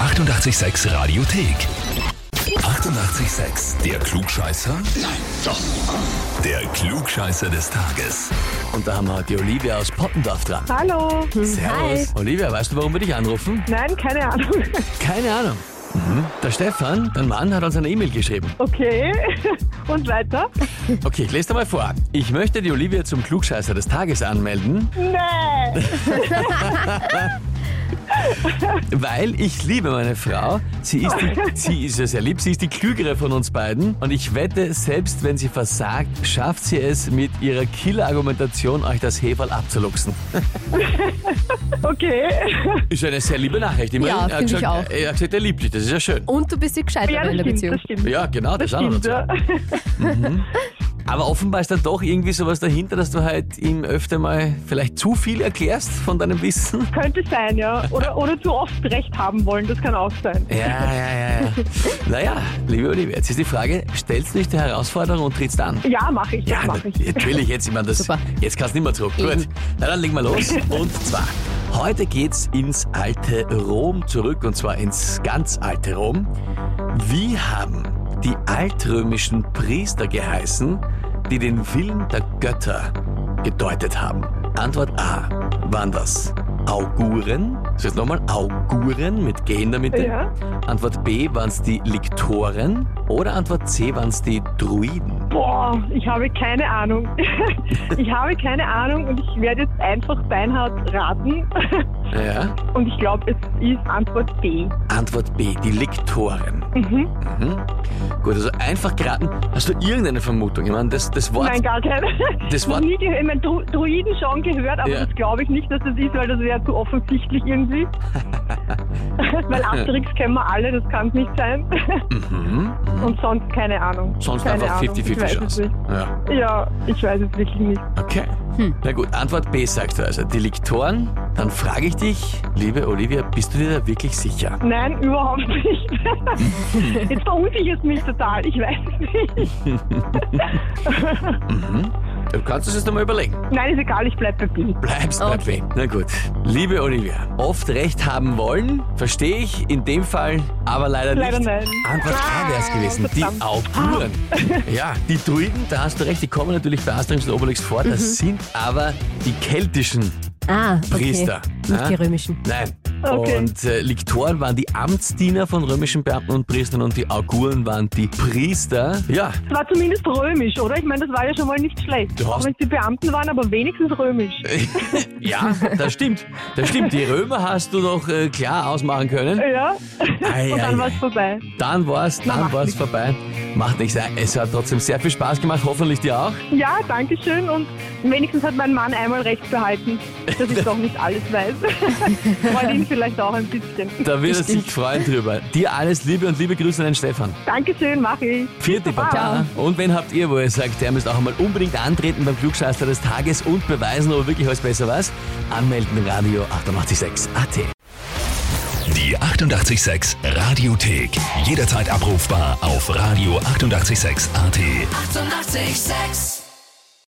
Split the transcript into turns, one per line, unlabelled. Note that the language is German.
886 Radiothek. 88,6. Der Klugscheißer? Nein, doch. Der Klugscheißer des Tages.
Und da haben wir die Olivia aus Poppendorf dran.
Hallo.
Servus. Olivia, weißt du, warum wir dich anrufen?
Nein, keine Ahnung.
Keine Ahnung. Mhm. Der Stefan, dein Mann, hat uns eine E-Mail geschrieben.
Okay. Und weiter?
Okay, ich lese dir mal vor. Ich möchte die Olivia zum Klugscheißer des Tages anmelden,
Nein.
weil ich liebe meine Frau. Sie ist, die, sie ist ja sehr lieb, sie ist die klügere von uns beiden. Und ich wette, selbst wenn sie versagt, schafft sie es mit ihrer Killer-Argumentation, euch das Heferl abzuluxen.
Okay.
Ist eine sehr liebe Nachricht. Immerhin, er,
Ja,
hat
finde ich
gesagt,
auch.
er hat gesagt, er liebt dich, das ist ja schön.
Und du bist die Gescheitere
Ja, das
in der
stimmt,
Beziehung.
das stimmt.
Ja, genau, das,
das
auch noch
stimmt,
dazu.
ja.
Aber offenbar ist da doch irgendwie sowas dahinter, dass du halt ihm öfter mal vielleicht zu viel erklärst von deinem Wissen.
Könnte sein, ja. Oder, oder zu oft Recht haben wollen, das kann auch sein.
Ja, ja, ja, ja. Naja, liebe Olivia, jetzt ist die Frage, stellst du nicht die Herausforderung und trittst an?
Ja, mache ich, das
Ja,
mache ich.
natürlich, jetzt, ich meine, das,
Super.
jetzt kannst du nicht mehr zurück.
Eben.
Gut, na dann legen wir los. Und zwar, heute geht's ins alte Rom zurück, und zwar ins ganz alte Rom. Wie haben die altrömischen Priester geheißen, die den Willen der Götter gedeutet haben? Antwort A. Waren das Auguren? Das heißt nochmal Auguren mit G in der Mitte.
Ja.
Antwort B waren es die Liktoren oder Antwort C waren es die Druiden.
Boah, ich habe keine Ahnung. Ich habe keine Ahnung und ich werde jetzt einfach beinhart raten.
Ja.
Und ich glaube, es ist Antwort B.
Antwort B, die Liktoren.
Mhm.
Mhm. Gut, also einfach geraten. Hast du irgendeine Vermutung? Ich meine, das, das Wort.
Nein, gar keine.
Das war-
Noch nie gehört. Ich meine, Dru Druiden schon gehört, aber
Ja.
das glaube ich nicht, dass das ist, weil das wäre zu offensichtlich irgendwie. weil Asterix kennen wir alle, das kann es nicht sein.
Mhm.
Und sonst keine Ahnung.
Sonst
keine
einfach
Ahnung. Ich
50-50
weiß es
Chance.
nicht. Hm.
Ja,
Ja, ich weiß es wirklich nicht.
okay. Na gut, Antwort B sagst du also. Die Liktoren. Dann frage ich dich, liebe Olivia, bist du dir da wirklich sicher?
Nein, überhaupt nicht. Jetzt verunsichert es mich total. Ich weiß es nicht.
Du kannst es jetzt nochmal überlegen.
Nein, ist egal, ich bleibe bei B.
Bleibst bei
Okay.
B. Na gut. Liebe Olivia, oft Recht haben wollen, verstehe ich in dem Fall, aber leider,
Leider
nicht. Ah,
nein. Ah,
Antwort A wäre es gewesen, die
verdammt. Ah.
Auguren. Ja, die Druiden, da hast du recht, die kommen natürlich bei Asterix und Obelix vor, das
Mhm.
sind aber die keltischen
Ah, okay.
Priester. Ja?
Nicht die römischen.
Nein.
Okay.
Und äh, Liktoren waren die Amtsdiener von römischen Beamten und Priestern und die Auguren waren die Priester. Ja,
Es war zumindest römisch, oder? Ich meine, das war ja schon mal nicht schlecht.
Du hast-
Auch wenn es die Beamten waren, aber wenigstens römisch.
ja, das stimmt. Das stimmt. Die Römer hast du doch äh, klar ausmachen können.
Ja,
Ei,
und
ei,
dann war es
ei.
vorbei.
Dann war's, dann
macht
war's
nichts.
vorbei. Macht nichts. Es hat trotzdem sehr viel Spaß gemacht, hoffentlich dir auch.
Ja, danke schön. Und wenigstens hat mein Mann einmal recht behalten, dass ich doch nicht alles weiß. Freut ihn vielleicht auch ein bisschen.
Da wird er sich freuen drüber. Dir alles Liebe und liebe Grüße an den Stefan.
Dankeschön, mache ich.
Vierte Papa.
Ciao.
Und wen habt ihr, wo ihr sagt, der müsst auch einmal unbedingt antreten beim Klugscheißer des Tages und beweisen, ob er wirklich alles besser weiß? Anmelden Radio 886 AT.
Die 88,6 Radiothek. Jederzeit abrufbar auf radio886.at. 88,6.
Eighty-eight, sex.